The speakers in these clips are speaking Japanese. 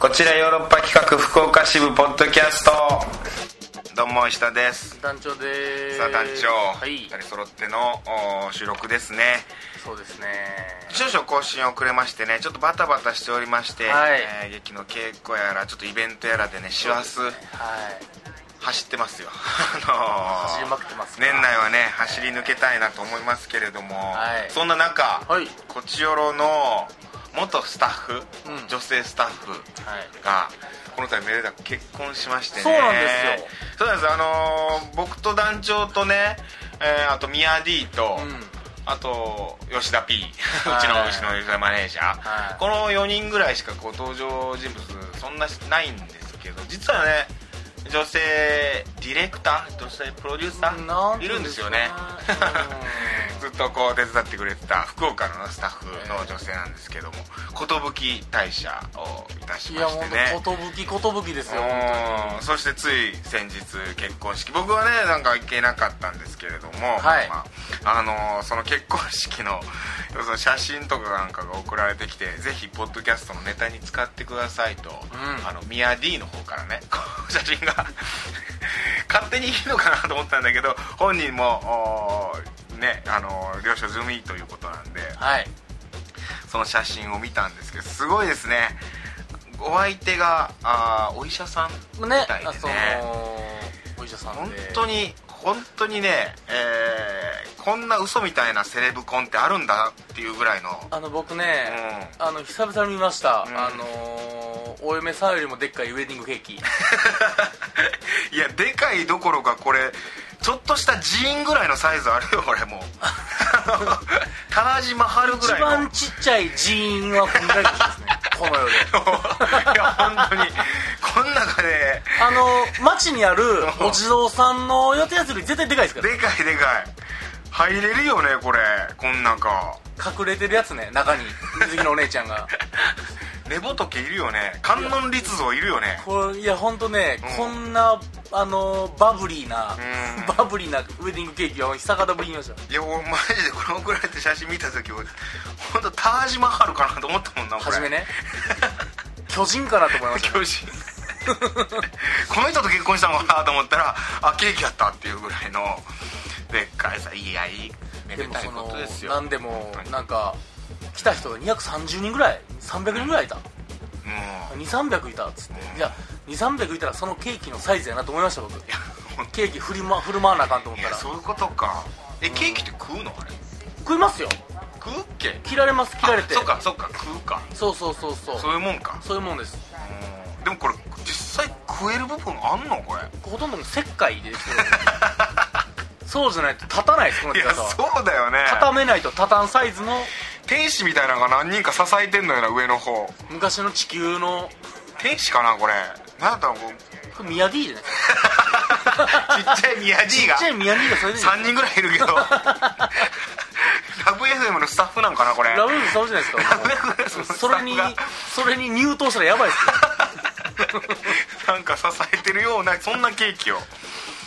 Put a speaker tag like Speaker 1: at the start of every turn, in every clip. Speaker 1: こちらヨーロッパ企画福岡支部ポッドキャストどうも石田です
Speaker 2: 団長でーす
Speaker 1: さあ団長、
Speaker 2: はい
Speaker 1: 2人揃ってのお収録ですね
Speaker 2: そうですね
Speaker 1: 少々更新遅れましてねちょっとバタバタしておりまして、
Speaker 2: はい
Speaker 1: えー劇の稽古やらちょっとイベントやらでね師走
Speaker 2: はい
Speaker 1: 走ってますよ あ
Speaker 2: 走
Speaker 1: の
Speaker 2: り
Speaker 1: ー
Speaker 2: まくってますか
Speaker 1: 年内はね走り抜けたいなと思いますけれども、
Speaker 2: はい
Speaker 1: そんな中、
Speaker 2: はい
Speaker 1: こちよろの元スタッフ、
Speaker 2: うん
Speaker 1: 女性スタッフ
Speaker 2: はい
Speaker 1: がこの度めでたく結婚しましてね
Speaker 2: そうなんですよ
Speaker 1: そうなんですあのー僕と団長とね、えーあとミヤ D と、
Speaker 2: う
Speaker 1: あと吉田 P う
Speaker 2: はい
Speaker 1: ちのうちの吉田マネージャー、
Speaker 2: はい
Speaker 1: この4人ぐらいしかこう登場人物そんなないんですけど実はね女性ディレクター女性プロデューサ
Speaker 2: んなん
Speaker 1: ーいるんですよね
Speaker 2: ていうんですかね
Speaker 1: ずっとこう手伝ってくれてた福岡のスタッフの女性なんですけども寿退社をいたし
Speaker 2: うん い
Speaker 1: ま
Speaker 2: や
Speaker 1: して
Speaker 2: 本
Speaker 1: ね
Speaker 2: 当寿寿ですよ本
Speaker 1: うんそしてつい先日結婚式僕はねなんか行けなかったんですけれども、
Speaker 2: はい
Speaker 1: まあまああのーその結婚式のその写真とかなんかが送られてきてぜひポッドキャストのネタに使ってくださいと、
Speaker 2: ん
Speaker 1: あのミヤ D の方からねこう写真が勝手にいいのかなと思ったんだけど本人もおーねあのー了承済みということなんで
Speaker 2: 当にはい
Speaker 1: その写真を見たんですけどすごいですねお相手があーお医者さん
Speaker 2: ね
Speaker 1: みたいで
Speaker 2: あ
Speaker 1: ね
Speaker 2: そのお医者さん
Speaker 1: 本
Speaker 2: で
Speaker 1: 当に本当にね、えーこんな嘘みたいなセレブ婚ってあるんだっていうぐらいの、
Speaker 2: あの僕
Speaker 1: う
Speaker 2: ね
Speaker 1: ん、
Speaker 2: あの久々に見ました
Speaker 1: うん
Speaker 2: あのーお嫁さんよりもでっかいウェディングケーキ
Speaker 1: いやでかいどころかこれちょっとした寺院ぐらいのサイズあるよこれもう 棚島春ぐ
Speaker 2: 一
Speaker 1: らいの
Speaker 2: 番ちっちゃい寺院はふんだりですねこの世で
Speaker 1: いや本当にこん中で
Speaker 2: あの街にあるお地蔵さんの予定やつより絶対でかいですから
Speaker 1: でかいでかい入れるよねこれこん中
Speaker 2: 隠れてるやつね中に水着のお姉ちゃ んが
Speaker 1: 寝仏いるよね観音立像いるよね
Speaker 2: これいや本当ね、
Speaker 1: うん
Speaker 2: こんなあのバブリーな、
Speaker 1: うん
Speaker 2: バブリーなウェディングケーキを久方ぶりに見ました
Speaker 1: いや俺マジでこれ送られて写真見た時俺本当タージマハルかなと思ったもんなこれ
Speaker 2: 初めね巨人かなと思 いました
Speaker 1: 教師この人と結婚したのかなと思ったらあケーキやったっていうぐらいのでっかいさいやいいめで
Speaker 2: でも
Speaker 1: たい
Speaker 2: そ
Speaker 1: ことです
Speaker 2: の
Speaker 1: よ
Speaker 2: なんでもなんか来た人が230人ぐらい300人ぐらいいた
Speaker 1: もう
Speaker 2: 2300いたっつって
Speaker 1: うん
Speaker 2: いや2300いたらそのケーキのサイズやなと思いました僕
Speaker 1: いや本
Speaker 2: ケーキ振り、ま、振る舞わなあかんと思
Speaker 1: 当い
Speaker 2: った
Speaker 1: や
Speaker 2: ら
Speaker 1: そういうことかえケーキって食うのあれ
Speaker 2: 食いますよ
Speaker 1: 食うっけ
Speaker 2: 切られます切られて
Speaker 1: あそっかそっか食うか
Speaker 2: そうそうそうそう
Speaker 1: そういうもんか
Speaker 2: そういうもんです
Speaker 1: うんでもこれ実際食える部分あんのこれ
Speaker 2: ほとんど石灰で できてるそうじゃないと立たないですこの
Speaker 1: い
Speaker 2: 手
Speaker 1: や
Speaker 2: 形は
Speaker 1: そうだよね
Speaker 2: 畳めないと畳たんサイズの
Speaker 1: 天使みたいなのが何人か支えてんのよな上の方
Speaker 2: 昔の地球の
Speaker 1: 天使かなこれなんだろうこう
Speaker 2: これミヤディじゃないですか
Speaker 1: ちっちゃいミヤじい
Speaker 2: ち
Speaker 1: が
Speaker 2: っちゃいミヤディがそれでいい
Speaker 1: 3人ぐらいいるけどラブ FM のスタッフなんかなこれ
Speaker 2: ラブーズそうじゃないです かもう
Speaker 1: ブ FM のスタ
Speaker 2: そ
Speaker 1: ッ
Speaker 2: れ
Speaker 1: フ
Speaker 2: に
Speaker 1: が
Speaker 2: それに入党したらやばいっすよ
Speaker 1: なんか支えてるようなそんなケーキを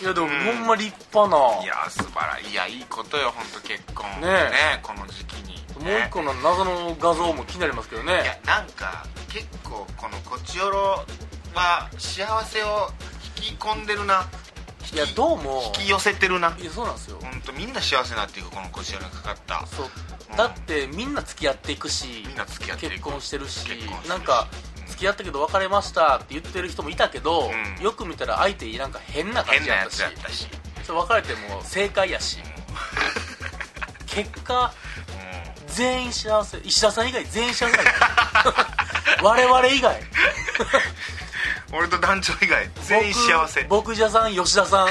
Speaker 2: いやでも、
Speaker 1: ん
Speaker 2: ほんま立派ない
Speaker 1: やー素晴らしいいやいいことよ本当結婚
Speaker 2: ねえ
Speaker 1: この時期に
Speaker 2: もう一個の謎の画像も気になりますけど
Speaker 1: いや
Speaker 2: ね
Speaker 1: なんか結構このこちよろは幸せを引き込んでるない
Speaker 2: やどうも
Speaker 1: 引き寄せてるない
Speaker 2: やそうなんですよ
Speaker 1: 本当みんな幸せになっていくこのこちよろにかかった
Speaker 2: そう
Speaker 1: うん
Speaker 2: だってみんな付き合っていくし
Speaker 1: みんな付き合っていく
Speaker 2: 結婚してるし
Speaker 1: 結婚してるし
Speaker 2: なんか付き合ったけど別れましたって言ってる人もいたけど、
Speaker 1: うん
Speaker 2: よく見たら相手なんか変な感
Speaker 1: 変
Speaker 2: じ
Speaker 1: な
Speaker 2: や
Speaker 1: や
Speaker 2: った
Speaker 1: つ
Speaker 2: し
Speaker 1: やったし
Speaker 2: それ別れても正解やし結果
Speaker 1: う
Speaker 2: 全員幸せ石田さん以外全員幸せ だった我々以外
Speaker 1: ん俺と団長以外全員幸せい
Speaker 2: 僕僕石田さん吉 田さん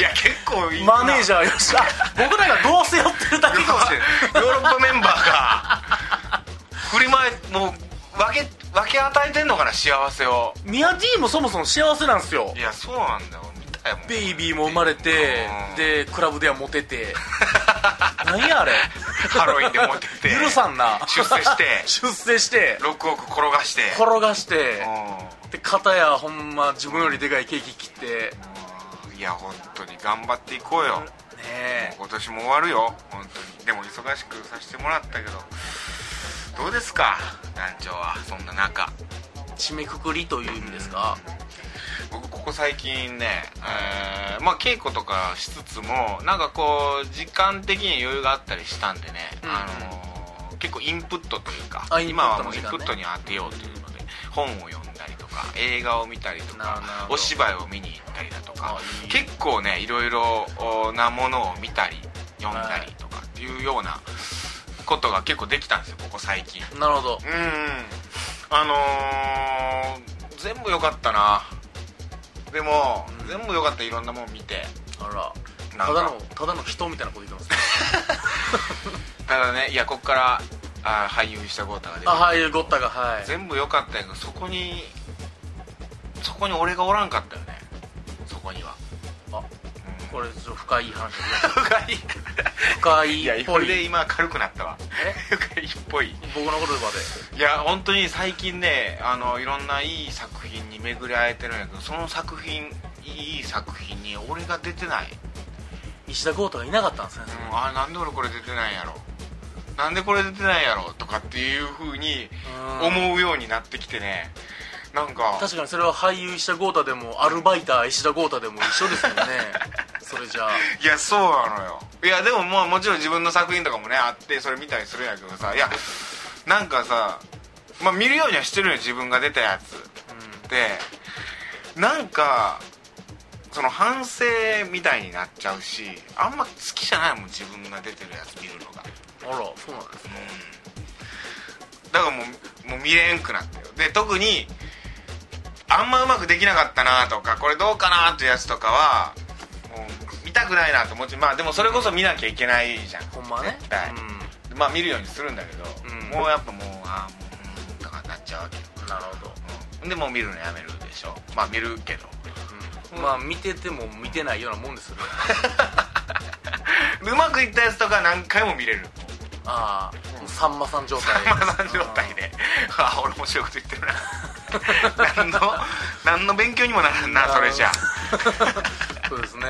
Speaker 1: や結構いいな
Speaker 2: マネージャー吉田僕らがどうせ寄ってるだけ
Speaker 1: ヨ
Speaker 2: かもしれない
Speaker 1: ーロッパメンバーが振り前もう分け分け与えてんのかな幸せを
Speaker 2: ミヤ D もそもそも幸せなんですよ
Speaker 1: いやそうなんだよ見たいもん
Speaker 2: ベイビーも生まれて
Speaker 1: うん
Speaker 2: でクラブではモテ て何やあれ
Speaker 1: ハロウィンでモテて
Speaker 2: 許さんな
Speaker 1: 出世して
Speaker 2: 出世して
Speaker 1: 6億転がして
Speaker 2: 転がして
Speaker 1: う
Speaker 2: で片やほんま自分よりでかいケーキ切って
Speaker 1: んいや本当に頑張っていこうよ
Speaker 2: ね
Speaker 1: 今年も終わるよ本当にでも忙しくさせてもらったけどどうですか団長はそんな中
Speaker 2: え締めくくりという意味ですか、
Speaker 1: 僕ここ最近ね、えーまあ、稽古とかしつつもなんかこう時間的に余裕があったりしたんでね、
Speaker 2: うん
Speaker 1: あのー結構インプットというか、
Speaker 2: あインプット
Speaker 1: 今は
Speaker 2: の
Speaker 1: もうイン
Speaker 2: 時間ね
Speaker 1: プットに当てようというので本を読んだりとか映画を見たりと
Speaker 2: なる
Speaker 1: か
Speaker 2: ほど
Speaker 1: お芝居を見に行ったりだとか
Speaker 2: あいい
Speaker 1: 結構ねいろいろおなものを見たり読んだりとかっていうようなことが結構できたんですよここ最近。
Speaker 2: なるほど
Speaker 1: うんあのー、全部良かったなでも、
Speaker 2: うん
Speaker 1: 全部良かったいろんなもん見て
Speaker 2: あら
Speaker 1: なんか
Speaker 2: ただのただの人みたいなこと言ってますね
Speaker 1: ただねいやこっからあー俳優したゴータが出てく
Speaker 2: あ
Speaker 1: る
Speaker 2: はいゴッタがはい
Speaker 1: 全部良かったんやけどそこにそこに俺がおらんかったよねそこにはう
Speaker 2: あ
Speaker 1: ん
Speaker 2: これちょっと深い話です
Speaker 1: 深い
Speaker 2: 深
Speaker 1: いや
Speaker 2: いっ
Speaker 1: こ
Speaker 2: ぽ
Speaker 1: れ
Speaker 2: い
Speaker 1: で今軽くなった わ
Speaker 2: え
Speaker 1: 深いっぽい
Speaker 2: 僕の言葉で
Speaker 1: いや本当に最近ねあのいろんないい作品に巡り会えてるんやけどその作品いい作品に俺が出てない
Speaker 2: 石田豪太がいなかったんですね
Speaker 1: うん、あなんで俺これ出てないんやろなんでこれ出てないんやろとかっていうふうに
Speaker 2: うん
Speaker 1: 思うようになってきてねなんか
Speaker 2: 確かにそれは俳優石田豪太でもアルバイター石田豪太でも一緒です よねそれじゃあ
Speaker 1: いやそうなのよいやでもまあもちろん自分の作品とかもねあってそれ見たりするんやけどさいやなんかさ、まあ、見るようにはしてるよ自分が出たやつ
Speaker 2: う
Speaker 1: でなんかその反省みたいになっちゃうしあんま好きじゃないもん自分が出てるやつ見るのが
Speaker 2: んあらそうなんです
Speaker 1: だからもうもう見れんくなったよで特にあんまうまくできなかったなとかこれどうかなっていうやつとかはもう見たくないなと思ってまあでもそれこそ見なきゃいけないじゃん
Speaker 2: ほんまはね
Speaker 1: 絶対、まあ見るようにするんだけど、
Speaker 2: うん
Speaker 1: もうやっぱもうああもううんとかなっちゃうわけよ、
Speaker 2: うんなるほど、
Speaker 1: うん、でもう見るのやめるでしょまあ見るけど
Speaker 2: うんまあ見てても見てないようなもんですよね
Speaker 1: うまくいったやつとか何回も見れる
Speaker 2: ああ、さんまさん状態
Speaker 1: さんまさん状態でああ俺面白いこと言ってるな 何の何の勉強にもならんなそれじ ゃあ
Speaker 2: うん そうですね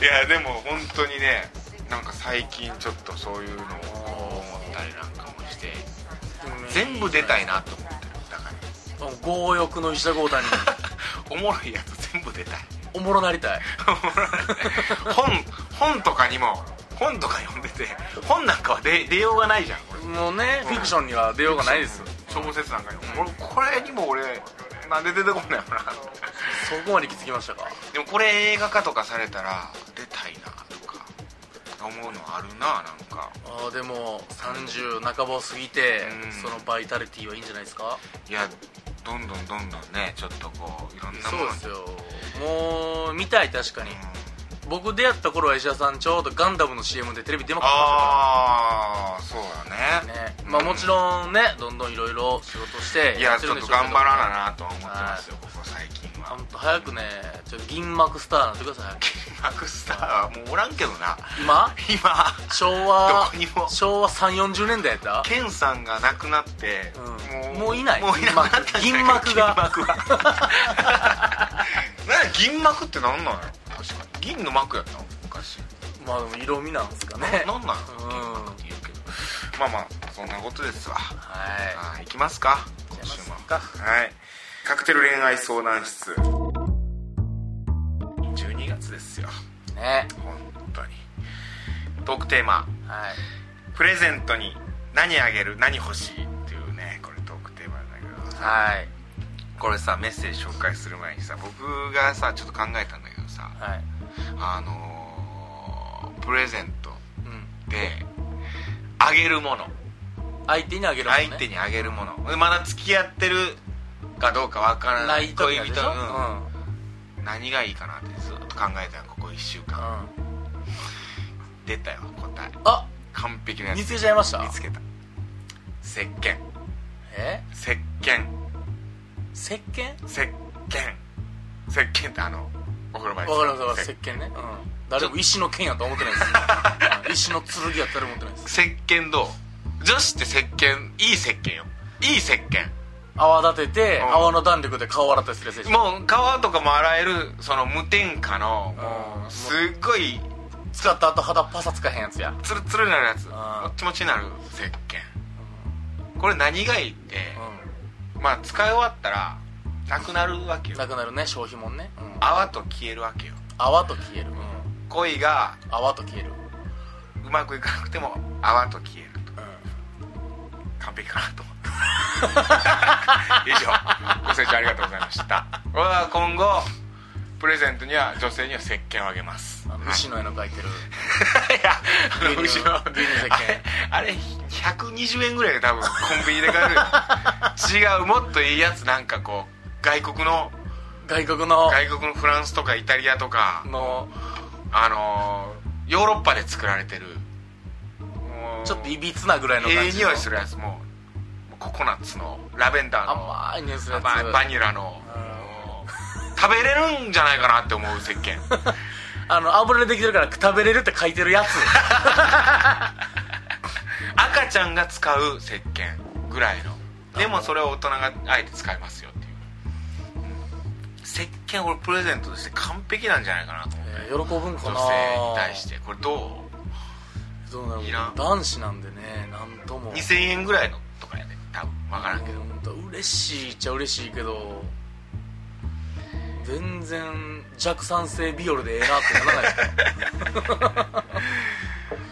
Speaker 1: いやでも本当にねなんか最近ちょっとそういうのを思ったりなんかもして全部出たいなと思ってるだか
Speaker 2: うん強欲の石田豪太に
Speaker 1: らお もろいやつ全部出たい
Speaker 2: おもろなりたい
Speaker 1: おもろい 本本とかにも本とか読んでて本なんかは出出ようがないじゃんこれ
Speaker 2: もうねフィクションには出ようがないです
Speaker 1: 小説なんかにも、俺これにも俺なんで出てこないのかな
Speaker 2: そこまで行き着きましたか
Speaker 1: でもこれ映画化とかされたら出たいなとか思うのあるななんか
Speaker 2: ああでも30半ばを過ぎて、
Speaker 1: うん
Speaker 2: そのバイタリティはいいんじゃないですか
Speaker 1: いやどんどんどんどんねちょっとこういろんなも
Speaker 2: そう
Speaker 1: の
Speaker 2: ですよもう見たい確かに僕出会った頃は石田さんちょうどガンダムの CM でテレビ出まくって
Speaker 1: ああそうだ
Speaker 2: ました
Speaker 1: ね
Speaker 2: からねまあもちろんねどんどんいろいろ仕事して
Speaker 1: いや
Speaker 2: て
Speaker 1: ち
Speaker 2: る
Speaker 1: ょ
Speaker 2: ん
Speaker 1: っ
Speaker 2: でし
Speaker 1: と
Speaker 2: ょうけ
Speaker 1: 頑
Speaker 2: ど
Speaker 1: 張らななとは思ってますよここ最近は
Speaker 2: ほんと早くねちょっと銀幕スターになってください
Speaker 1: マクスターはもうおらんけどな
Speaker 2: 今
Speaker 1: 今
Speaker 2: 昭和
Speaker 1: どこにも
Speaker 2: 昭和3 4 0年代やった
Speaker 1: ケンさんが亡くなって、
Speaker 2: うんもういない
Speaker 1: もういなくなったんじゃない
Speaker 2: 銀幕が
Speaker 1: 銀幕はなんで銀幕ってなんなのよ確かに銀の幕やったの昔
Speaker 2: まあでも色味なんですかね
Speaker 1: なんなんの
Speaker 2: うん
Speaker 1: 言うけどまあまあそんなことですわ
Speaker 2: は
Speaker 1: はい行きますか
Speaker 2: い
Speaker 1: 今週も
Speaker 2: 行きます
Speaker 1: はいカクテル恋愛相談室12月ですよ
Speaker 2: いね
Speaker 1: 本当にトークテーマ
Speaker 2: はい
Speaker 1: プレゼントに何あげる何欲しいっていうねこれトークテーマなんだけどさ
Speaker 2: はい
Speaker 1: これさメッセージ紹介する前にさ僕がさちょっと考えたんだけどさ
Speaker 2: はい
Speaker 1: あのープレゼント
Speaker 2: うん
Speaker 1: であげるもの
Speaker 2: 相手にあげるもんね
Speaker 1: 相手にあげるものでまだ付き合ってるかどうかわから
Speaker 2: な
Speaker 1: ないい
Speaker 2: と
Speaker 1: 恋
Speaker 2: かでし
Speaker 1: 人
Speaker 2: ょ
Speaker 1: の、
Speaker 2: うん
Speaker 1: うん何がいいかなってずっと考えたのここ1週間
Speaker 2: うん
Speaker 1: 出たよ答え
Speaker 2: あ
Speaker 1: 完璧なやつ
Speaker 2: 見つけちゃいました
Speaker 1: 見つけた石鹸
Speaker 2: え
Speaker 1: 石鹸
Speaker 2: 石鹸
Speaker 1: 石鹸石鹸ってあのお風呂場
Speaker 2: わかりますわかりま
Speaker 1: ですす
Speaker 2: 石鹸ね、うん、誰も石の剣やとは思ってないですう ん石の剣やと誰も思ってないです
Speaker 1: 石鹸どう女子って石鹸いい石鹸よいい石鹸
Speaker 2: 泡立てて、
Speaker 1: うん
Speaker 2: 泡の弾力で顔洗ったりするやつでしょ
Speaker 1: もう皮とかも洗えるその無添加のもうすっごい
Speaker 2: 使った後肌パサつかへんやつや
Speaker 1: ツルツルになるやつ
Speaker 2: あー
Speaker 1: もっちもちになる石鹸これ何がいいって
Speaker 2: う
Speaker 1: まあ使い終わったらなくなるわけよ
Speaker 2: なくなるね消費もんね、うん、
Speaker 1: 泡と消えるわけよ
Speaker 2: 泡と消える、うん、
Speaker 1: 恋が
Speaker 2: 泡と消える、
Speaker 1: うまくいかなくても泡と消えると
Speaker 2: う
Speaker 1: 完璧かなと思 った以上ご清聴ありがとうございました俺は今後プレゼントには女性には石鹸をあげます
Speaker 2: ん、あの
Speaker 1: はい
Speaker 2: 牛の絵の描いてる
Speaker 1: いやあの
Speaker 2: 牛
Speaker 1: 牛
Speaker 2: 乳
Speaker 1: の
Speaker 2: 牛乳石鹸
Speaker 1: あれあれ120円ぐらいで多分コンビニで買えるよ違うもっといいやつなんかこう外国の
Speaker 2: 外国の
Speaker 1: 外国のフランスとかイタリアとか
Speaker 2: の
Speaker 1: あのーヨーロッパで作られてるもう
Speaker 2: ちょっといびつなぐらいの感じの
Speaker 1: ええ匂いするやつもうもうココナッツのラベンダーの
Speaker 2: 甘い匂いするやつ
Speaker 1: ババニラのもう食べれるんじゃないかなって思う石鹸
Speaker 2: あの油でできてるから食べれるって書いてるやつ
Speaker 1: 赤ちゃんが使う石鹸ぐらいのでもそれを大人があえて使いますよっていううん石鹸俺プレゼントとして完璧なんじゃないかなと思う
Speaker 2: え ー喜ぶんかな
Speaker 1: 女性に対してこれど
Speaker 2: どうなる
Speaker 1: いらん
Speaker 2: 男子なんでねなんとも
Speaker 1: う2000円ぐらいのとかやね多分分からんけど
Speaker 2: 本当嬉しいっちゃ嬉しいけど全然弱酸性ビオルでええなって ならないですか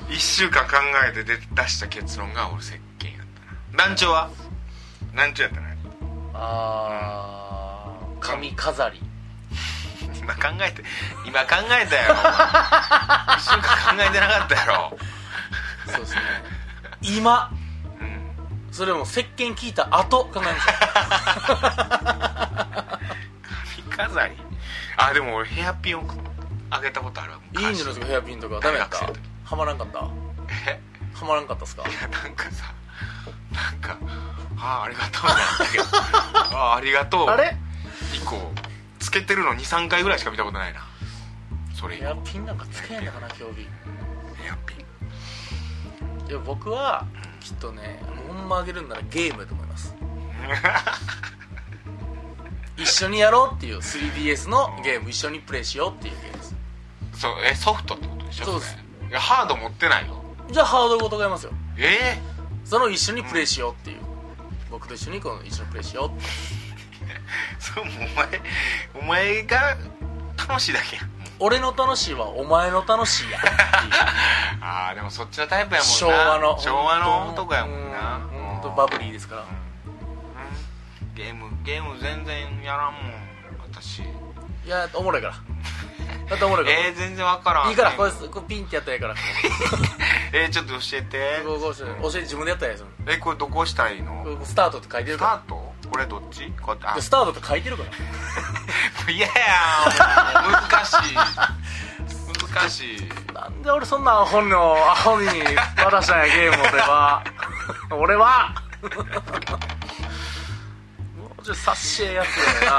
Speaker 1: 1週間考えて出出した結論が俺石鹸やったな団長は団長やったな
Speaker 2: あー髪飾り
Speaker 1: 今考えて今考えたやろお前 一週間考えてなかったやろ、
Speaker 2: そうですね今
Speaker 1: うん、
Speaker 2: それも石鹸聞いた後考えま し
Speaker 1: 髪飾りあでも俺ヘアピンをあげたことあるわ
Speaker 2: たいいんじゃないですかヘアピンとかダメやった
Speaker 1: 大学生の
Speaker 2: はまらんかったは
Speaker 1: え
Speaker 2: まらんかったっすか
Speaker 1: いやなんかさなんか「ああありがとう」なんだ けど「ああありがとう」
Speaker 2: あれ
Speaker 1: 以降つけてるの23回ぐらいしか見たことないなそれ以
Speaker 2: ヘア
Speaker 1: 降
Speaker 2: ピンなんかつけへんのかな競技
Speaker 1: ヘアピン
Speaker 2: いや僕はきっとねほんまあげるんならゲームやと思います 一緒にやろうっていう 3DS のゲーム一緒にプレイしようっていうゲームです
Speaker 1: そうえソフトってことでしょ
Speaker 2: そうです
Speaker 1: れいやハード持ってないよ
Speaker 2: じゃあハードごと買いますよ
Speaker 1: え
Speaker 2: その一緒にプレイしようっていう、僕と一緒にこの一緒にプレイしようって
Speaker 1: えそうもうお前お前が楽しいだけやん
Speaker 2: 俺の楽しいはお前の楽しい やっていう
Speaker 1: ああでもそっちのタイプやもんな
Speaker 2: 昭和の
Speaker 1: 昭和の男やもんな
Speaker 2: 本当バブリーですから
Speaker 1: ゲームゲーム全然やらんもん私
Speaker 2: いやおもろ いからだっておもろいから、
Speaker 1: えー、全然わからん
Speaker 2: いいから
Speaker 1: ゲー
Speaker 2: こ
Speaker 1: ム
Speaker 2: れこれピンってやったらええから
Speaker 1: えー、ちょっと教えて
Speaker 2: こうこうして教えて自分でやったらええその
Speaker 1: えこれどこしたらいい
Speaker 2: こ
Speaker 1: の
Speaker 2: うスタートって書いて
Speaker 1: ス
Speaker 2: る
Speaker 1: タ
Speaker 2: か
Speaker 1: ートこれどっちこうやっ
Speaker 2: ら
Speaker 1: て
Speaker 2: スタートって書いてるから
Speaker 1: あいやいやもう難しい難しい
Speaker 2: なんで俺そんなアホのアホに渡したんやゲームを俺は俺はもうちょっと察しええやつや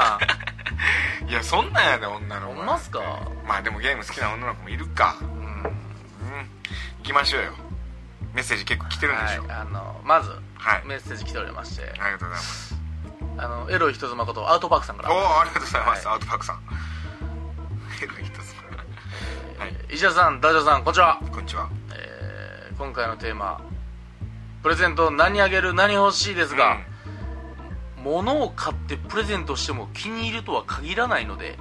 Speaker 2: ない
Speaker 1: やそんなんやで女の
Speaker 2: な
Speaker 1: 子
Speaker 2: ほんますか
Speaker 1: まあでもゲーム好きな女の子もいるかうん行きましょうよメッセージ結構来てるんでしょ、
Speaker 2: はい、あのまず、
Speaker 1: はい
Speaker 2: メッセージ来ておりまして
Speaker 1: ありがとうございます
Speaker 2: あのエロい人妻ことアウトパークさんか
Speaker 1: お
Speaker 2: ら、
Speaker 1: おありがとうございます、
Speaker 2: は
Speaker 1: アウトパックさんヘルイトさんはい
Speaker 2: 石田さんダジョさんこんにちは、
Speaker 1: こんにちは
Speaker 2: えー今回のテーマプレゼント何あげる何欲しいですが、物を買ってプレゼントしても気に入るとは限らないので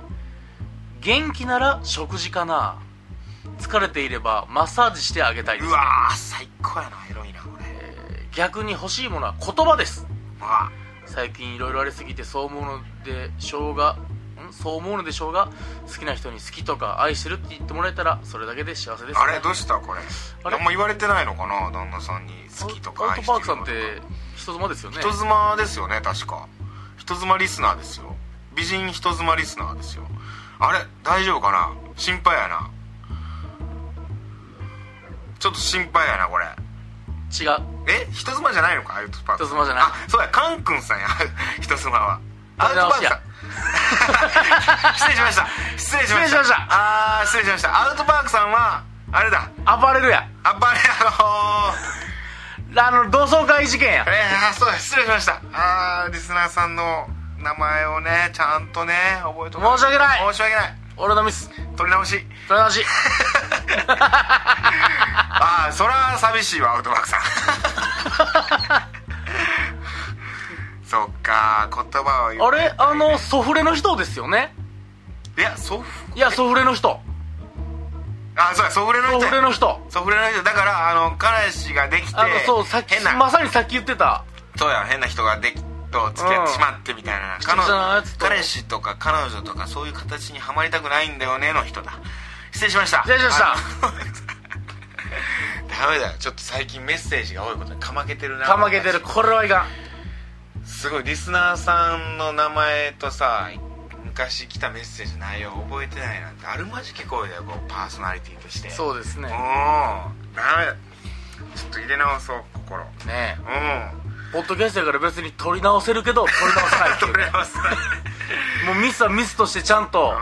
Speaker 2: 元気なら食事かな疲れていればマッサージしてあげたいで
Speaker 1: う
Speaker 2: す、
Speaker 1: わー最高やなエロいなこれ
Speaker 2: えー逆に欲しいものは言葉です
Speaker 1: まあ
Speaker 2: 最近いろいろありすぎてそう思うのでしょうがんそう思うのでしょうが好きな人に好きとか愛してるって言ってもらえたらそれだけで幸せです
Speaker 1: あれどうしたこれ
Speaker 2: あれ
Speaker 1: あんま言われてないのかな旦那さんに好きとか
Speaker 2: アウ
Speaker 1: 愛
Speaker 2: ト
Speaker 1: し
Speaker 2: パ
Speaker 1: てる
Speaker 2: ーク
Speaker 1: と
Speaker 2: さ
Speaker 1: か
Speaker 2: んって人妻ですよね
Speaker 1: 人妻ですよね確か人妻リスナーですよ美人人妻リスナーですよあれ大丈夫かな心配やなちょっと心配やなこれ
Speaker 2: 違う
Speaker 1: え人妻じゃないのかアウトパーク
Speaker 2: 人妻じゃない
Speaker 1: あそうやカン君さんや 人妻はア
Speaker 2: 立
Speaker 1: ウ
Speaker 2: て
Speaker 1: ト
Speaker 2: 直
Speaker 1: パー
Speaker 2: し
Speaker 1: ク
Speaker 2: や
Speaker 1: さん 失礼しました失礼しました
Speaker 2: 失礼しました
Speaker 1: あー失礼しましたアウトパークさんはあれだ
Speaker 2: 暴れるや
Speaker 1: あっぱれあのー
Speaker 2: あの同窓会事件や
Speaker 1: えー、あそうだ失礼しましたあーリスナーさんの名前をねちゃんとね覚えて
Speaker 2: 申し訳ない
Speaker 1: 申し訳ない
Speaker 2: 俺のミス
Speaker 1: 取り直し
Speaker 2: 取り直し
Speaker 1: ああ そら寂しいわアウトバックさんそそっか言葉を言
Speaker 2: あ
Speaker 1: わない
Speaker 2: れあのソフレの人ですよね
Speaker 1: いやソフ
Speaker 2: いやソフレの人
Speaker 1: あそうやソフレの
Speaker 2: ソ
Speaker 1: 人
Speaker 2: フレ
Speaker 1: や
Speaker 2: の人
Speaker 1: ソフレの人だからあの彼氏ができて
Speaker 2: あのそうさっき
Speaker 1: 変な、
Speaker 2: まさにさっき言ってた
Speaker 1: そうや変な人ができと付き合ってしまってみたいな、
Speaker 2: ん
Speaker 1: 彼
Speaker 2: 人じゃない
Speaker 1: 女
Speaker 2: やつと
Speaker 1: 彼氏とか彼女とかそういう形にはまりたくないんだよねの人だ失礼しました
Speaker 2: 失礼しました
Speaker 1: あの ダメだよちょっと最近メッセージが多いことにかまけてるな
Speaker 2: かまげてるこれはいかん
Speaker 1: すごいリスナーさんの名前とさ昔来たメッセージの内容覚えてないなんてあるまじき声だよこうパーソナリティとしてう
Speaker 2: そうですね
Speaker 1: おーダメだちょっと入れ直そう心うん
Speaker 2: ねえポッドキャストやから別に取り直せるけど取り直さない ってい
Speaker 1: 取
Speaker 2: う
Speaker 1: れ
Speaker 2: ね
Speaker 1: ます
Speaker 2: もうミスはミスとしてちゃんと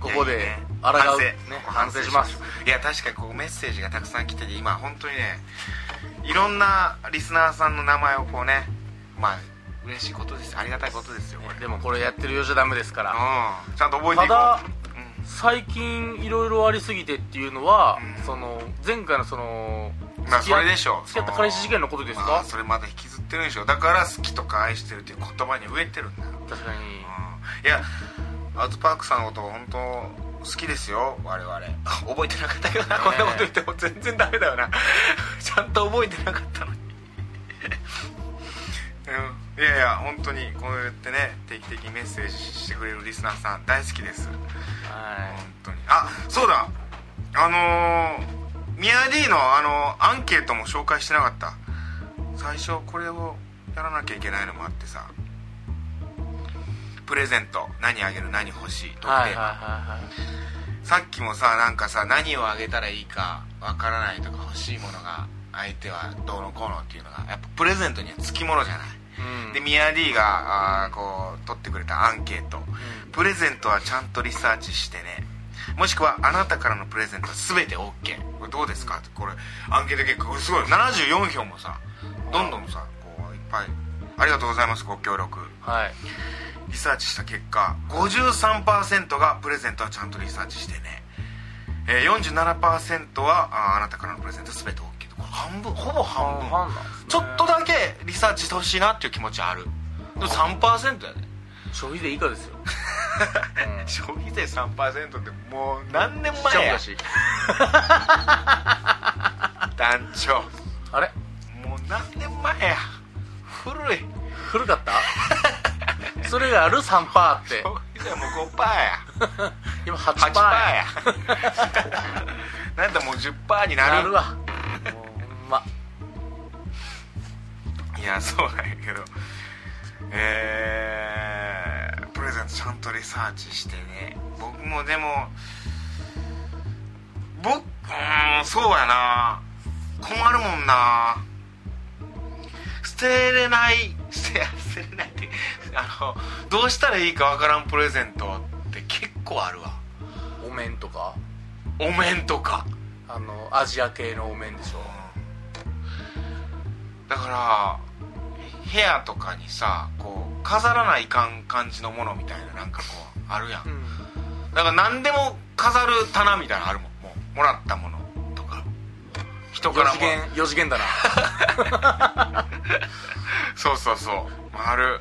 Speaker 1: うん
Speaker 2: ここ
Speaker 1: いやいい
Speaker 2: で
Speaker 1: ね
Speaker 2: 抗
Speaker 1: 反省
Speaker 2: うね反省します
Speaker 1: いや確かにこうメッセージがたくさん来てて今本当にねいろんなリスナーさんの名前をこうねまあ嬉しいことですありがたいことですよこれ、
Speaker 2: でもこれやってるようじゃダメですから
Speaker 1: うんちゃんと覚えていこう
Speaker 2: ただ
Speaker 1: うん
Speaker 2: 最近いろいろありすぎてっていうのは、
Speaker 1: うん
Speaker 2: その前回のその
Speaker 1: まあ
Speaker 2: 付き合
Speaker 1: それでしょう
Speaker 2: 付き合った彼氏事件のことですか、
Speaker 1: まあそれまだ引きずってるでしょだから好きとか愛してるっていう言葉に飢えてるんだよ、うん、
Speaker 2: 確かに
Speaker 1: いやアウトパークさんのこと本当好きですよ我々 覚えてなかったけどな、
Speaker 2: ね
Speaker 1: こんなこと言っても全然ダメだよな ちゃんと覚えてなかったのに うんいやいや本当にこうやってね定期的にメッセージしてくれるリスナーさん大好きです
Speaker 2: は
Speaker 1: 本当にあそうだあのー、ミヤ D のあのーアンケートも紹介してなかった最初これをやらなきゃいけないのもあってさプレゼント何あげる何欲しいと
Speaker 2: い
Speaker 1: か、
Speaker 2: はいはいはいはい
Speaker 1: さっきもさなんかさ何をあげたらいいかわからないとか欲しいものが相手はどうのこうのっていうのがやっぱプレゼントにはつきものじゃない、
Speaker 2: うん
Speaker 1: でミヤ D があーこう取ってくれたアンケート、
Speaker 2: うん
Speaker 1: プレゼントはちゃんとリサーチしてねもしくはあなたからのプレゼントは全て OK これどうですかってこれアンケート結果これすごい74票もさどんどんさこういっぱいありがとうございますご協力
Speaker 2: はい
Speaker 1: リサーチした結果53%がプレゼントはちゃんとリサーチしてね、えー、47%はああなたからのプレゼント全て OK これ半分ほぼ半分
Speaker 2: 半々なんですね
Speaker 1: ちょっとだけリサーチしてほしいなっていう気持ちはあるでも3%やで、ね
Speaker 2: 消費税以下ですよ、うん
Speaker 1: 消費税3%ってもう何年
Speaker 2: ちゃ
Speaker 1: 前
Speaker 2: う
Speaker 1: や
Speaker 2: かし
Speaker 1: 団長
Speaker 2: あれ
Speaker 1: もう何年前や古い
Speaker 2: 古かった それがある3%パーって
Speaker 1: 消費税もう5%や
Speaker 2: 今8%パ
Speaker 1: 8%
Speaker 2: ー
Speaker 1: や なんだもう10%にな
Speaker 2: な
Speaker 1: る
Speaker 2: るわもうほんま
Speaker 1: いやそうなんやけどえー、プレゼントちゃんとリサーチしてね僕もでも僕うーんそうやな困るもんな捨てれない捨て捨てれないってあのどうしたらいいかわからんプレゼントって結構あるわ
Speaker 2: お面とか
Speaker 1: お面とか
Speaker 2: あのアジア系のお面でしょ
Speaker 1: だから部屋とかにさこう飾らないかん感じのものみたいななんかこうあるやん
Speaker 2: ん
Speaker 1: だから何でも飾る棚みたいなのあるもんもうもらったものとか人か
Speaker 2: 4
Speaker 1: ら
Speaker 2: 次
Speaker 1: もら
Speaker 2: 元4次元だな
Speaker 1: そうそうそうある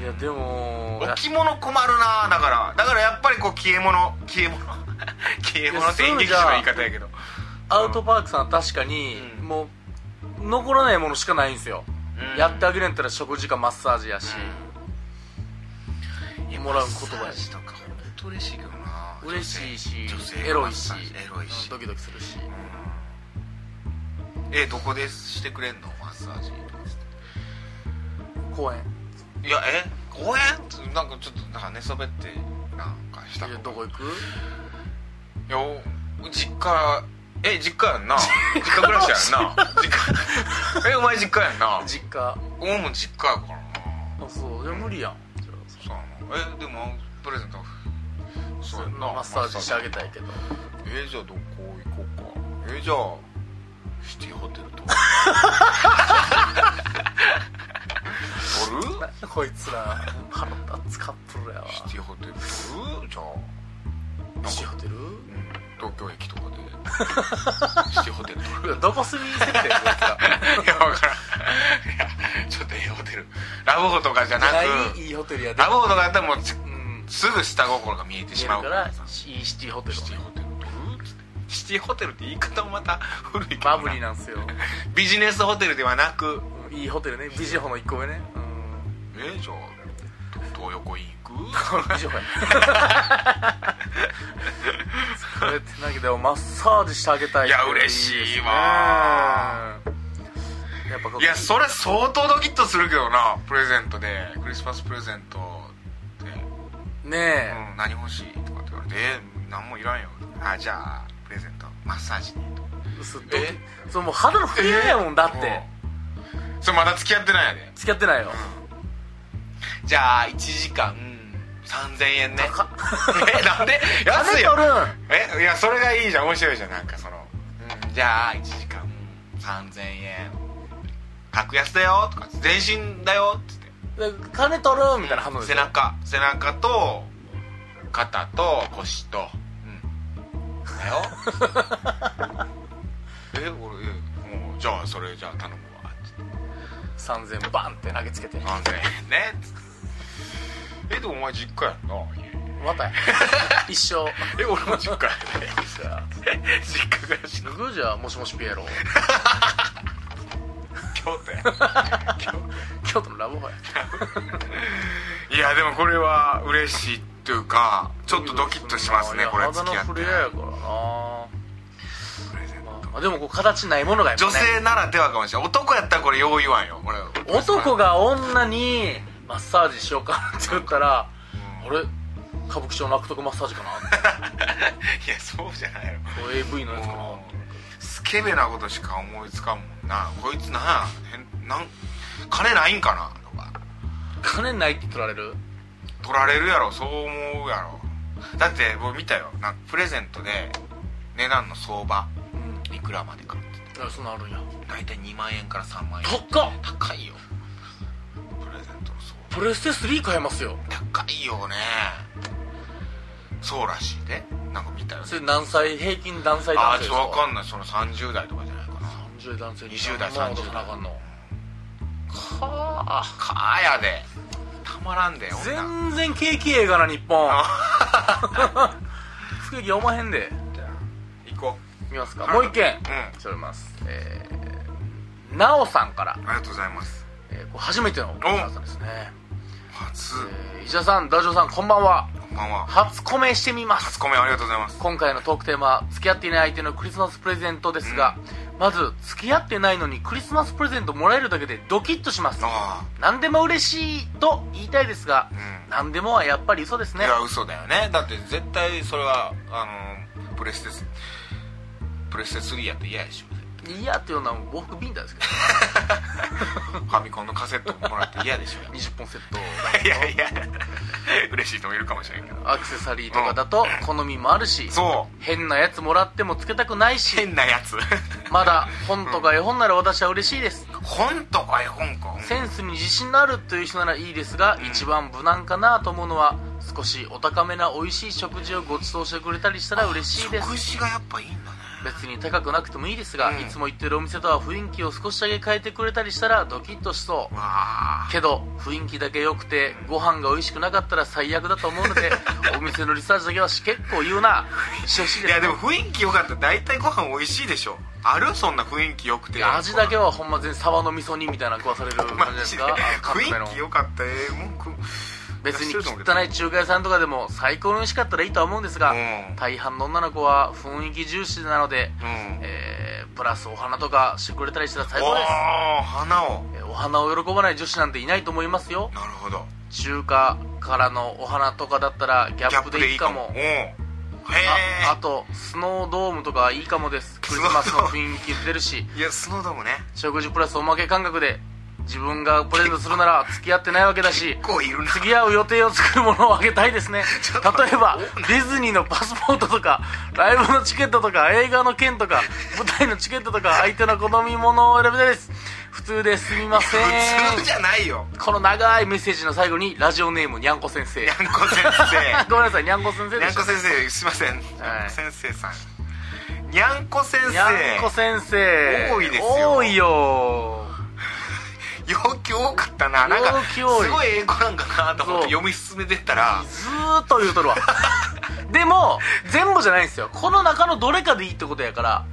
Speaker 2: いやでも
Speaker 1: 置物困るなだからだからやっぱりこう消え物消え物消え物って演劇師の言い方やけど
Speaker 2: アウトパークさんは確かに、
Speaker 1: うん
Speaker 2: もう残らないものしかないんですよ、
Speaker 1: うん
Speaker 2: やってあげるんやったら食事かマッサージやし、
Speaker 1: いや
Speaker 2: もらう言葉
Speaker 1: マ
Speaker 2: や
Speaker 1: ッサージとか本当嬉しいけどな
Speaker 2: 嬉しいし
Speaker 1: 女性女性
Speaker 2: エロいし
Speaker 1: マッサージエロいし
Speaker 2: うんドキドキするし
Speaker 1: うんえどこでしてくれんのマッサージとかっつっ
Speaker 2: 公園
Speaker 1: ていやえ公園なんかちょっとなんか寝そべってなんかした
Speaker 2: いやどこ行く
Speaker 1: いやお実家え実家や んな実家暮らしやんな実家えお前実家やんな
Speaker 2: 実家
Speaker 1: 俺も実家やからな
Speaker 2: あそういや無理やんじゃ
Speaker 1: そうやなえでもプレゼント
Speaker 2: あ
Speaker 1: そうやんな
Speaker 2: マッサージしてあげたいけど
Speaker 1: えー、じゃあどこ行こうかえー、じゃあシティホテルと取る
Speaker 2: こいつら腹立つカップルやわ
Speaker 1: シティホテル取るじゃあなんか
Speaker 2: シティホテル
Speaker 1: うん東京駅とかでシティホテルとか
Speaker 2: うわどこ住みにせってんこ
Speaker 1: い
Speaker 2: いつら
Speaker 1: や分からんやちょっとええホテルラブホとかじゃな
Speaker 2: ない
Speaker 1: く
Speaker 2: いいホテルやで
Speaker 1: ラブホとかやったらもうす
Speaker 2: うん
Speaker 1: すぐ下心が見えて
Speaker 2: 見え
Speaker 1: し
Speaker 2: る
Speaker 1: まう
Speaker 2: か
Speaker 1: からら
Speaker 2: いいシティホテル
Speaker 1: シティホテルシティホテルって言い方もまた古いけど
Speaker 2: バ
Speaker 1: な
Speaker 2: ブリーなんですよ
Speaker 1: ビジネスホテルではなく
Speaker 2: いいホテルねビジホの1個上ねうん
Speaker 1: えじゃあ東横イン行く
Speaker 2: ビジホやそれってなんかでもマッサージしてあげたい
Speaker 1: いや嬉しいわ
Speaker 2: いいですねやっぱこう
Speaker 1: いやそれ相当ドキッとするけどなプレゼントでクリスマスプレゼントって「
Speaker 2: ね
Speaker 1: う
Speaker 2: え、
Speaker 1: ん、何欲しい?」とかって言われて「え何もいらんよ」あじゃあプレゼントマッサージにと
Speaker 2: 嘘ドキ
Speaker 1: え
Speaker 2: それもう肌の振り合いやもんだって、
Speaker 1: うんそれまだ付き合ってないやで
Speaker 2: 付き合ってないよ、
Speaker 1: じゃあ1時間3000円ね
Speaker 2: 高っ
Speaker 1: えなんで安い
Speaker 2: 金
Speaker 1: よ
Speaker 2: 取るん
Speaker 1: えいやそれがいいじゃん面白いじゃんなんかその、うんじゃあ1時間3000円格安だよとか全身だよっつって
Speaker 2: 金取るみたいな反応です
Speaker 1: 背中背中と肩と腰とうんだよ え俺えもうじゃあそれじゃあ頼むわっつって
Speaker 2: 3000バンって投げつけて
Speaker 1: 3000円ねっつってえでもお前実家やんな
Speaker 2: またや一生
Speaker 1: え俺も実家やで 実家暮らしの
Speaker 2: 脱ぐじゃあもしもしピエ ロ
Speaker 1: 京都や
Speaker 2: 京都のラブホや
Speaker 1: いやでもこれは嬉しいっていうかちょっとドキッとしますねこれ
Speaker 2: いや
Speaker 1: 付き合って
Speaker 2: 肌の触れ合いやからな、ま
Speaker 1: プレゼント
Speaker 2: あ、でもこう形ないものがやっぱ
Speaker 1: 女
Speaker 2: ね
Speaker 1: 性ならではかもしれない男やったらこれよう言わんよ俺
Speaker 2: 男が女にマッサージしようかなって言ったらあれ歌舞伎町の悪徳マッサー ジかな
Speaker 1: いやそうじゃないよ
Speaker 2: AV のやつかな
Speaker 1: もうスケベなことしか思いつかんもんなこいつなんや変なん金ないんかなとか
Speaker 2: 金ないって取られる
Speaker 1: 取られるやろそう思うやろだって僕見たよなんかプレゼントで値段の相場
Speaker 2: うん
Speaker 1: いくらまでかって
Speaker 2: あそんなんあるんや
Speaker 1: 大体2万円から3万円
Speaker 2: 高っ
Speaker 1: 高いよプレゼントの相場
Speaker 2: プレステ3買えますよ
Speaker 1: 高いよねそうらしいでなんか見たよね
Speaker 2: それ何歳平均何歳
Speaker 1: ああ
Speaker 2: 男性で
Speaker 1: ち
Speaker 2: す
Speaker 1: ょっと
Speaker 2: か
Speaker 1: 分かんないその30代とかじゃないかな
Speaker 2: 30男性
Speaker 1: 20代
Speaker 2: そんなこと
Speaker 1: 30代
Speaker 2: なあかんのはあ
Speaker 1: かあやでたまらんで女
Speaker 2: 全然景気ええがな日本 不景気読まへんで
Speaker 1: 行こ
Speaker 2: 見ますか
Speaker 1: はい
Speaker 2: もう一件
Speaker 1: ううん
Speaker 2: それますえーなおさんから、
Speaker 1: ありがとうございます
Speaker 2: えーこれ初めてのお母さんですね、
Speaker 1: 初
Speaker 2: えー石田さんダジョウさんこんばんは
Speaker 1: こんばんは
Speaker 2: 初コメしてみます
Speaker 1: 初コメありがとうございます
Speaker 2: 今回のトークテーマ付き合っていない相手のクリスマスプレゼントですが、まず付き合ってないのにクリスマスプレゼントもらえるだけでドキッとします
Speaker 1: あ
Speaker 2: 何でも嬉しいと言いたいですが
Speaker 1: あうん
Speaker 2: 何でもはやっぱり嘘です
Speaker 1: い
Speaker 2: ね
Speaker 1: や嘘だよねだって絶対それはあのプレステスプレステ3やって嫌でしょ
Speaker 2: いやっていうのは往復ビンタですけ
Speaker 1: ファミコンのカセットもらって嫌でしょ
Speaker 2: ど20本セット
Speaker 1: いやいや嬉しい人もいるかもしれんけど
Speaker 2: アクセサリーとかだと好みもあるし
Speaker 1: そう
Speaker 2: 変なやつもらってもつけたくないし
Speaker 1: 変なや つ
Speaker 2: まだ本とか絵本なら私は嬉しいです
Speaker 1: 本とか絵本か
Speaker 2: センスに自信のあるという人ならいいですが、
Speaker 1: うん
Speaker 2: 一番無難かなと思うのは少しお高めな美味しい食事をご馳走してくれたりしたら嬉しいです
Speaker 1: 食事がやっぱいいんだね
Speaker 2: 別に高くなくてもいいですが、
Speaker 1: うん
Speaker 2: いつも行ってるお店とは雰囲気を少しだけ変えてくれたりしたらドキッとしそう
Speaker 1: わあ
Speaker 2: けど雰囲気だけ良くてご飯が美味しくなかったら最悪だと思う のでお店のリサーチだけはし結構言うなしてほしい
Speaker 1: い
Speaker 2: です
Speaker 1: やでも雰囲気良かったら大体ご飯美味しいでしょあるそんな雰囲気良く
Speaker 2: い
Speaker 1: て
Speaker 2: や味だけはほんま全然沢の味噌煮みたいなの食わされる感
Speaker 1: マ
Speaker 2: じです
Speaker 1: ジで
Speaker 2: かあのカップ麺の
Speaker 1: 雰囲気良かったらええもん食う
Speaker 2: 別
Speaker 1: 出し
Speaker 2: に
Speaker 1: てると思うけど
Speaker 2: 汚い中華屋さんとかでも最高に美味しかったらいいとは思うんですが、
Speaker 1: うん
Speaker 2: 大半の女の子は雰囲気重視なので、
Speaker 1: うん
Speaker 2: えープラスお花とかしてくれたりしたら最
Speaker 1: お
Speaker 2: 高です
Speaker 1: お花を
Speaker 2: えーお花を喜ばない女子なんていないと思いますよ
Speaker 1: なるほど
Speaker 2: 中華からのお花とかだったらギャ
Speaker 1: ギャ
Speaker 2: ッ
Speaker 1: ッ
Speaker 2: プ
Speaker 1: プで
Speaker 2: でい
Speaker 1: いい
Speaker 2: いか
Speaker 1: かも
Speaker 2: も
Speaker 1: うんへ
Speaker 2: ああ
Speaker 1: え
Speaker 2: とスノードームとかいいかもですクリスマスの雰囲気出るし
Speaker 1: いやスノードームね
Speaker 2: 食事プラスおまけ感覚で自分がプレゼントするなら付き合ってないわけだし
Speaker 1: 結構いるな
Speaker 2: 付き合う予定を作るものをあげたいですね
Speaker 1: ちょっと待っ
Speaker 2: 例
Speaker 1: て
Speaker 2: えばディズニーのパスポートとかライブのチケットとか映画の券とか舞台のチケットとか相手の好みものを選びたいです普通ですみません
Speaker 1: 普通じゃないよ
Speaker 2: この長いメッセージの最後にラジオネームにゃんこ先生
Speaker 1: にゃんこ先生
Speaker 2: ごめんなさいにゃんこ先生
Speaker 1: に
Speaker 2: で
Speaker 1: ゃん
Speaker 2: し
Speaker 1: こ
Speaker 2: た
Speaker 1: 先生すいません、
Speaker 2: はい
Speaker 1: 先生さんにゃんこ先生
Speaker 2: にゃんこ先生
Speaker 1: 多いですよ
Speaker 2: 多いよ
Speaker 1: 要求多かったななんか
Speaker 2: 要
Speaker 1: す
Speaker 2: 求多い
Speaker 1: ごい英語なんかなと思って
Speaker 2: そう
Speaker 1: 読み進めてったら
Speaker 2: ずーっと言 うとるわでも全部じゃないんですよこの中のどれかでいいってことやから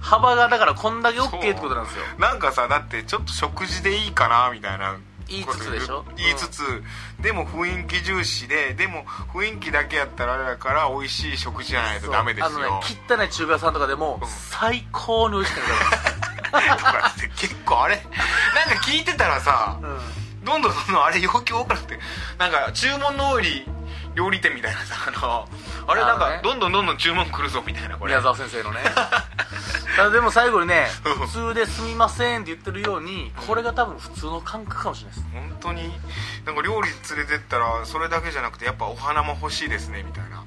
Speaker 2: 幅がだからこんだけ OK ってことなんですよ
Speaker 1: なんかさだってちょっと食事でいいかなみたいな
Speaker 2: 言いつつでしょ
Speaker 1: 言いつつ、でも雰囲気重視ででも雰囲気だけやったらあれだから美味しい食事じゃないとダメですよ
Speaker 2: そうあのね汚い中華屋さんとかでも
Speaker 1: うん
Speaker 2: 最高に美味しくなかっ
Speaker 1: とかって結構あれなんか聞いてたらさ、
Speaker 2: たうん
Speaker 1: どんどんどんどんあれ要求多くなってなんか注文の多い料理店みたいなさあのあれなん
Speaker 2: あの
Speaker 1: か
Speaker 2: ね
Speaker 1: どんどんどんどん注文来るぞみたいなこれ
Speaker 2: 宮沢先生のねただでも最後にね
Speaker 1: うん
Speaker 2: 普通ですみませんって言ってるようにこれが多分普通の感覚かもしれないです
Speaker 1: 本当になんか料理連れてったらそれだけじゃなくてやっぱお花も欲しいですねみたいな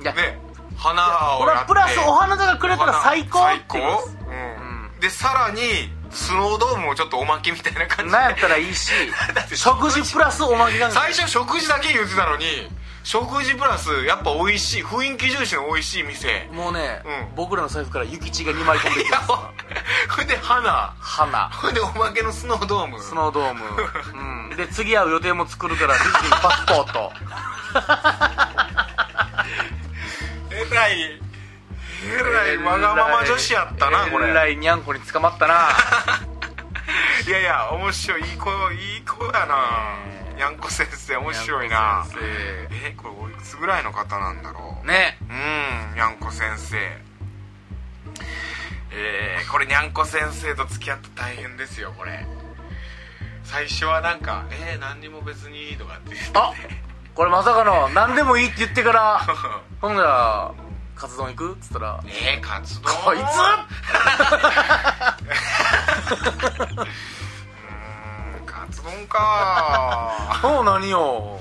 Speaker 1: い
Speaker 2: や
Speaker 1: ね花を
Speaker 2: これ
Speaker 1: やっ
Speaker 2: は
Speaker 1: て
Speaker 2: プラスお花とかくれたら最高
Speaker 1: 最
Speaker 2: って
Speaker 1: 高、
Speaker 2: いうことです
Speaker 1: うん
Speaker 2: う
Speaker 1: でさらにスノードームをちょっとおまけみたいな感じで
Speaker 2: なんやったらいいし
Speaker 1: だって
Speaker 2: 食事プラスおまけが
Speaker 1: 最初食事だけ言ってたのに食事プラスやっぱ美味しい雰囲気重視の美味しい店
Speaker 2: もうね、
Speaker 1: うん
Speaker 2: 僕らの財布から諭吉が2枚飛んでき
Speaker 1: い
Speaker 2: ま
Speaker 1: や
Speaker 2: す
Speaker 1: ほんほんで花
Speaker 2: 花
Speaker 1: ほん でおまけのスノードーム
Speaker 2: スノードーム、うん、で次会う予定も作るからぜひぜひパスポート
Speaker 1: えらいえらいわがまま女子やったなこれ
Speaker 2: えらいにゃんこに捕まったな
Speaker 1: いやいや面白いいい子いい子やなやんこ先生面白いな
Speaker 2: にゃんこ先
Speaker 1: えこれおいくつぐらいの方なんだろう
Speaker 2: 生ね
Speaker 1: うんにゃんこ先生えー、これにゃんこ先生と付き合って大変ですよこれ最初はなんか「えー、何にも別にいい」とかって言って
Speaker 2: あ これまさかの何でもいいって言ってから
Speaker 1: 「
Speaker 2: ほんならカツ丼行くっつったら
Speaker 1: えー、カツ丼
Speaker 2: こいつ
Speaker 1: うーんカツ丼か
Speaker 2: もう何よ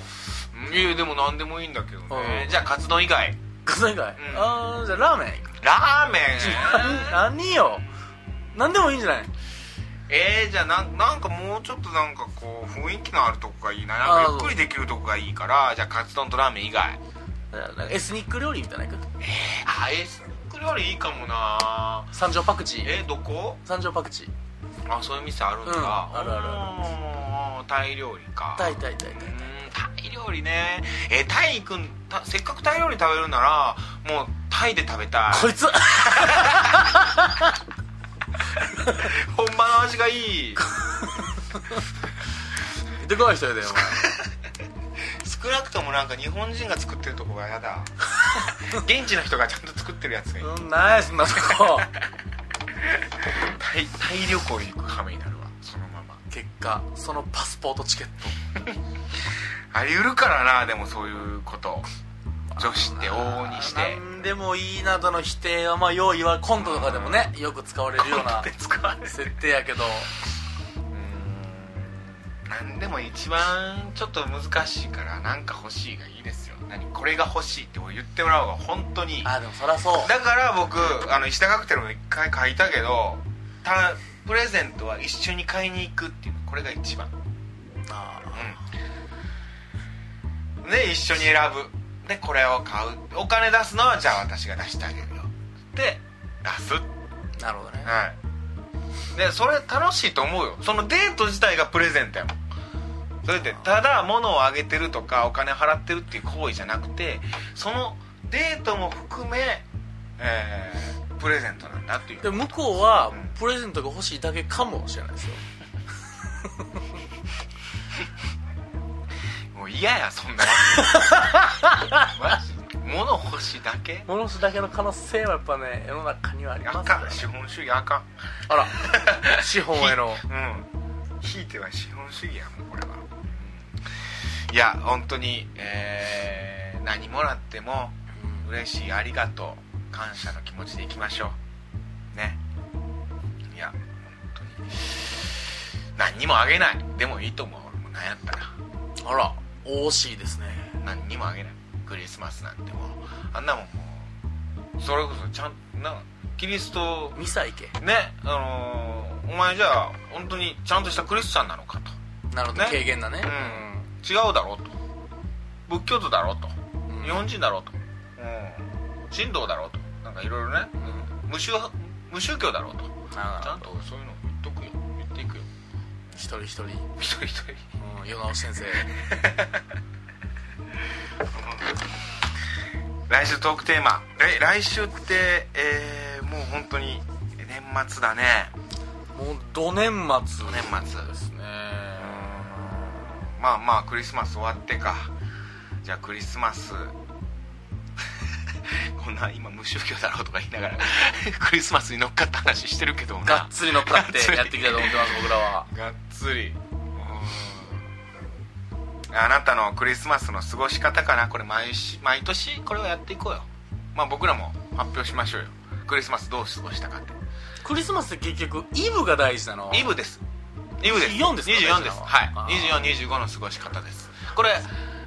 Speaker 1: いやでも何でもいいんだけどね、
Speaker 2: うん
Speaker 1: じゃあカツ丼以外
Speaker 2: カツ丼以外、
Speaker 1: ん
Speaker 2: あーじゃあラーメン行く
Speaker 1: ラーメン
Speaker 2: 何何よ何でもいいんじゃない
Speaker 1: えー、じゃあなんなんかもうちょっとなんかこう雰囲気のあるとこがいいな
Speaker 2: あ
Speaker 1: なん
Speaker 2: ー
Speaker 1: かゆっくりできるとこがいいからじゃあカツ丼とラーメン以外
Speaker 2: なんかエスニック料理みたいなの行く
Speaker 1: あエスニック料理いいかもな
Speaker 2: 三条パクチー
Speaker 1: えどこ
Speaker 2: 三条パクチー
Speaker 1: あそういう店あるんだ、
Speaker 2: うんあるある
Speaker 1: あるタイ料理か
Speaker 2: タイタイタイタイ
Speaker 1: うーんタイ料理ねえータイ行くんたせっかくタイ料理食べるならもうタイで食べたい
Speaker 2: こいつ
Speaker 1: 本場の味がいい
Speaker 2: でかい人やでお前
Speaker 1: 少なくともなんか日本人が作ってるとこがや だ現地の人がちゃんと作ってるやつがいい
Speaker 2: そんないそんなとこ
Speaker 1: タイタイ旅行に行く羽目になるわそのまま
Speaker 2: 結果そのパスポートチケッ
Speaker 1: あり得るからなでもそういうこと女子って
Speaker 2: ト
Speaker 1: 往々にして
Speaker 2: 何でもいいなどの否定はまあ用意はコントとかでもねよく使われるよう な
Speaker 1: で使われる
Speaker 2: 設定やけど
Speaker 1: うーん何でも一番ちょっと難しいから何か欲しいがいいですよ何これが欲しいって言ってもらう方が本当にいい
Speaker 2: あでもそらそう
Speaker 1: だから僕あの石田カクテルも一回書いたけどたプレゼントは一緒に買いに行くっていうのこれが一番
Speaker 2: あ
Speaker 1: うんで一緒に選ぶでこれを買うお金出すのはじゃあ私が出してあげるよで出す
Speaker 2: ーなるほどね
Speaker 1: はいでそれ楽しいと思うよそのデート自体がプレゼントやもんそれでただ物をあげてるとかお金払ってるっていう行為じゃなくてそのデートも含め、えープレゼントなんだっていう
Speaker 2: で向こうは
Speaker 1: うん
Speaker 2: プレゼントが欲しいだけかもしれないですよ
Speaker 1: もう嫌やそんな マジ物欲しいだけ
Speaker 2: 物すだけの可能性はやっぱね世の中にはあり
Speaker 1: あ
Speaker 2: ます
Speaker 1: か
Speaker 2: から
Speaker 1: ん
Speaker 2: ね
Speaker 1: 資本主義あかん
Speaker 2: あら 資本への
Speaker 1: うんひいては資本主義やもうこれは、うんいや本当にえー何もらっても嬉しいありがとう感謝の気持ちでいきましょうねいや本当に何にもあげないでもいいと思う俺も何やったら
Speaker 2: あら惜しいですね
Speaker 1: 何にもあげないクリスマスなんてもうあんなもんもうそれこそちゃんとなキリスト
Speaker 2: ミサイケ
Speaker 1: ねあのーお前じゃあ本当にちゃんとしたクリスチャンなのかと
Speaker 2: なるほど
Speaker 1: ね
Speaker 2: 軽減なね
Speaker 1: うん、違うだろうと仏教徒だろうと、
Speaker 2: うん
Speaker 1: 日本人だろうと、神道だろうとなんかいろいろね
Speaker 2: うん
Speaker 1: 無宗無宗教だろうとち
Speaker 2: なるほ
Speaker 1: ゃんとそういうの言っとくよ言っていくよ
Speaker 2: 一人一人、
Speaker 1: 一人一人
Speaker 2: うん、世直し先 生
Speaker 1: 来週トークテーマえ来週って、えーもう本当に年末だね
Speaker 2: もうど年末
Speaker 1: ど年末
Speaker 2: ですね
Speaker 1: まあまあクリスマス終わってかじゃあクリスマス こんな今無宗教だろうとか言いながらクリスマスに乗っかった話してるけどもな
Speaker 2: がっつり乗っかってやっていきたいと思ってます僕ら は
Speaker 1: がっつりあなたのクリスマスの過ごし方かなこれ毎し毎年これをやっていこうよまあ僕らも発表しましょうよクリスマスどう過ごしたかって
Speaker 2: クリスマスって結局イブが大事なの
Speaker 1: イブですイブです
Speaker 2: 24ですか
Speaker 1: 24です
Speaker 2: あ
Speaker 1: は
Speaker 2: ー
Speaker 1: い2425の過ごし方ですこれ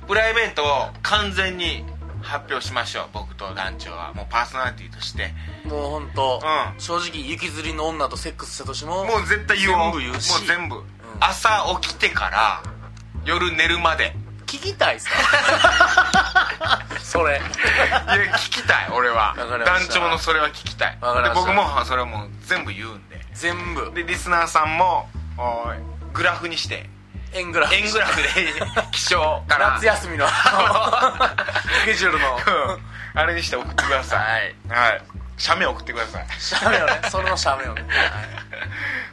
Speaker 1: プライベートを完全に発表しましょう僕と団長はもうパーソナリティとして
Speaker 2: もう本当、
Speaker 1: うん
Speaker 2: 正直雪吊りの女とセックスしたとしても
Speaker 1: もう絶対言おう
Speaker 2: 全部言うし
Speaker 1: もう全部、朝起きてから夜寝るまで
Speaker 2: 聞きたいっすか それ
Speaker 1: いや聞きたい俺は
Speaker 2: わかりま
Speaker 1: 団
Speaker 2: した
Speaker 1: 長のそれは聞きたい
Speaker 2: わかり
Speaker 1: で
Speaker 2: ました
Speaker 1: 僕もそれはもう全部言うんで
Speaker 2: 全部
Speaker 1: でリスナーさんもおいグラフにして
Speaker 2: 円グラフ
Speaker 1: 円グラ フで気象から
Speaker 2: 夏休み のスケジュールの
Speaker 1: うんあれにして送ってくださいはい、写メ送ってください
Speaker 2: しゃべよねそれのしゃべよね、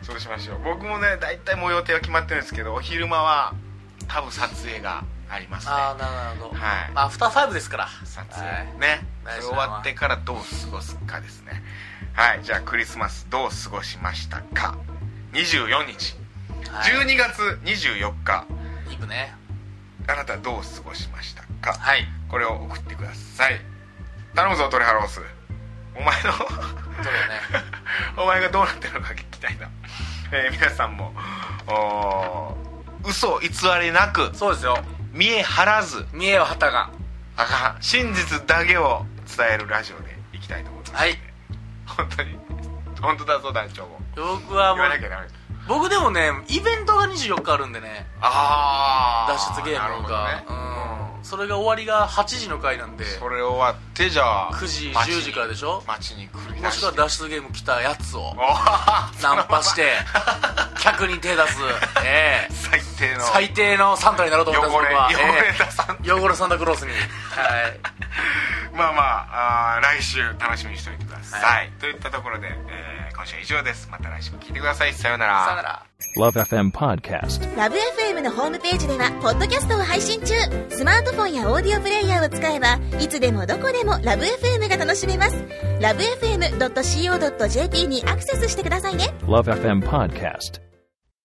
Speaker 1: そうしましょう僕もね大体もう予定は決まってるんですけどお昼間は多分撮影がありますね
Speaker 2: ああなるほど、
Speaker 1: はい
Speaker 2: まあアフターファイブですから
Speaker 1: 撮
Speaker 2: はい
Speaker 1: 影ねそれ
Speaker 2: 大事なのは
Speaker 1: 終わってからどう過ごすかですねはいじゃあクリスマスどう過ごしましたか24日
Speaker 2: はい
Speaker 1: 12月24日
Speaker 2: イブね
Speaker 1: あなたどう過ごしましたか
Speaker 2: はい
Speaker 1: これを送ってください頼むぞトレハロースお前
Speaker 2: どれね
Speaker 1: の お前がどうなってるのか聞きたいな、えー皆さんもおー嘘偽りなく
Speaker 2: そうですよ
Speaker 1: 見え張らず
Speaker 2: 三重は旗が
Speaker 1: あかん真実だけを伝えるラジオでいきたいと思います
Speaker 2: はい
Speaker 1: 本当に本当だそう団長も
Speaker 2: 僕は
Speaker 1: 言
Speaker 2: もう
Speaker 1: わなきゃダメ
Speaker 2: 僕でもねイベントが24日あるんでね
Speaker 1: あ
Speaker 2: 脱出ゲームが、うんそれが終わりが8時の回なんで
Speaker 1: それ終わってじゃあ
Speaker 2: 9時
Speaker 1: 街に
Speaker 2: 10時からでしょ
Speaker 1: 街に繰り出
Speaker 2: もし
Speaker 1: し
Speaker 2: く
Speaker 1: て
Speaker 2: は脱出ゲーム来たやつを
Speaker 1: おー
Speaker 2: ナンパ して客に手出すええ
Speaker 1: 最低の
Speaker 2: 最低のサンタになろうと思ったんです
Speaker 1: 汚れ
Speaker 2: 僕は
Speaker 1: 汚れたさん、
Speaker 2: ええ汚れサンタクロースにはい
Speaker 1: まあまああー来週楽しみにしておいてください、
Speaker 2: はい
Speaker 1: といったところで、えー今週は以上ですまた来週も聞いてくださいさようなら
Speaker 2: さよなら
Speaker 3: Love FM Podcast.
Speaker 4: ラブ f m のホームページではポッドキャストを配信中スマートフォンやオーディオプレイヤーを使えばいつでもどこでもラブ f m が楽しめますラブ FM.co.jp にアクセスしてくださいね
Speaker 3: Love FM Podcast.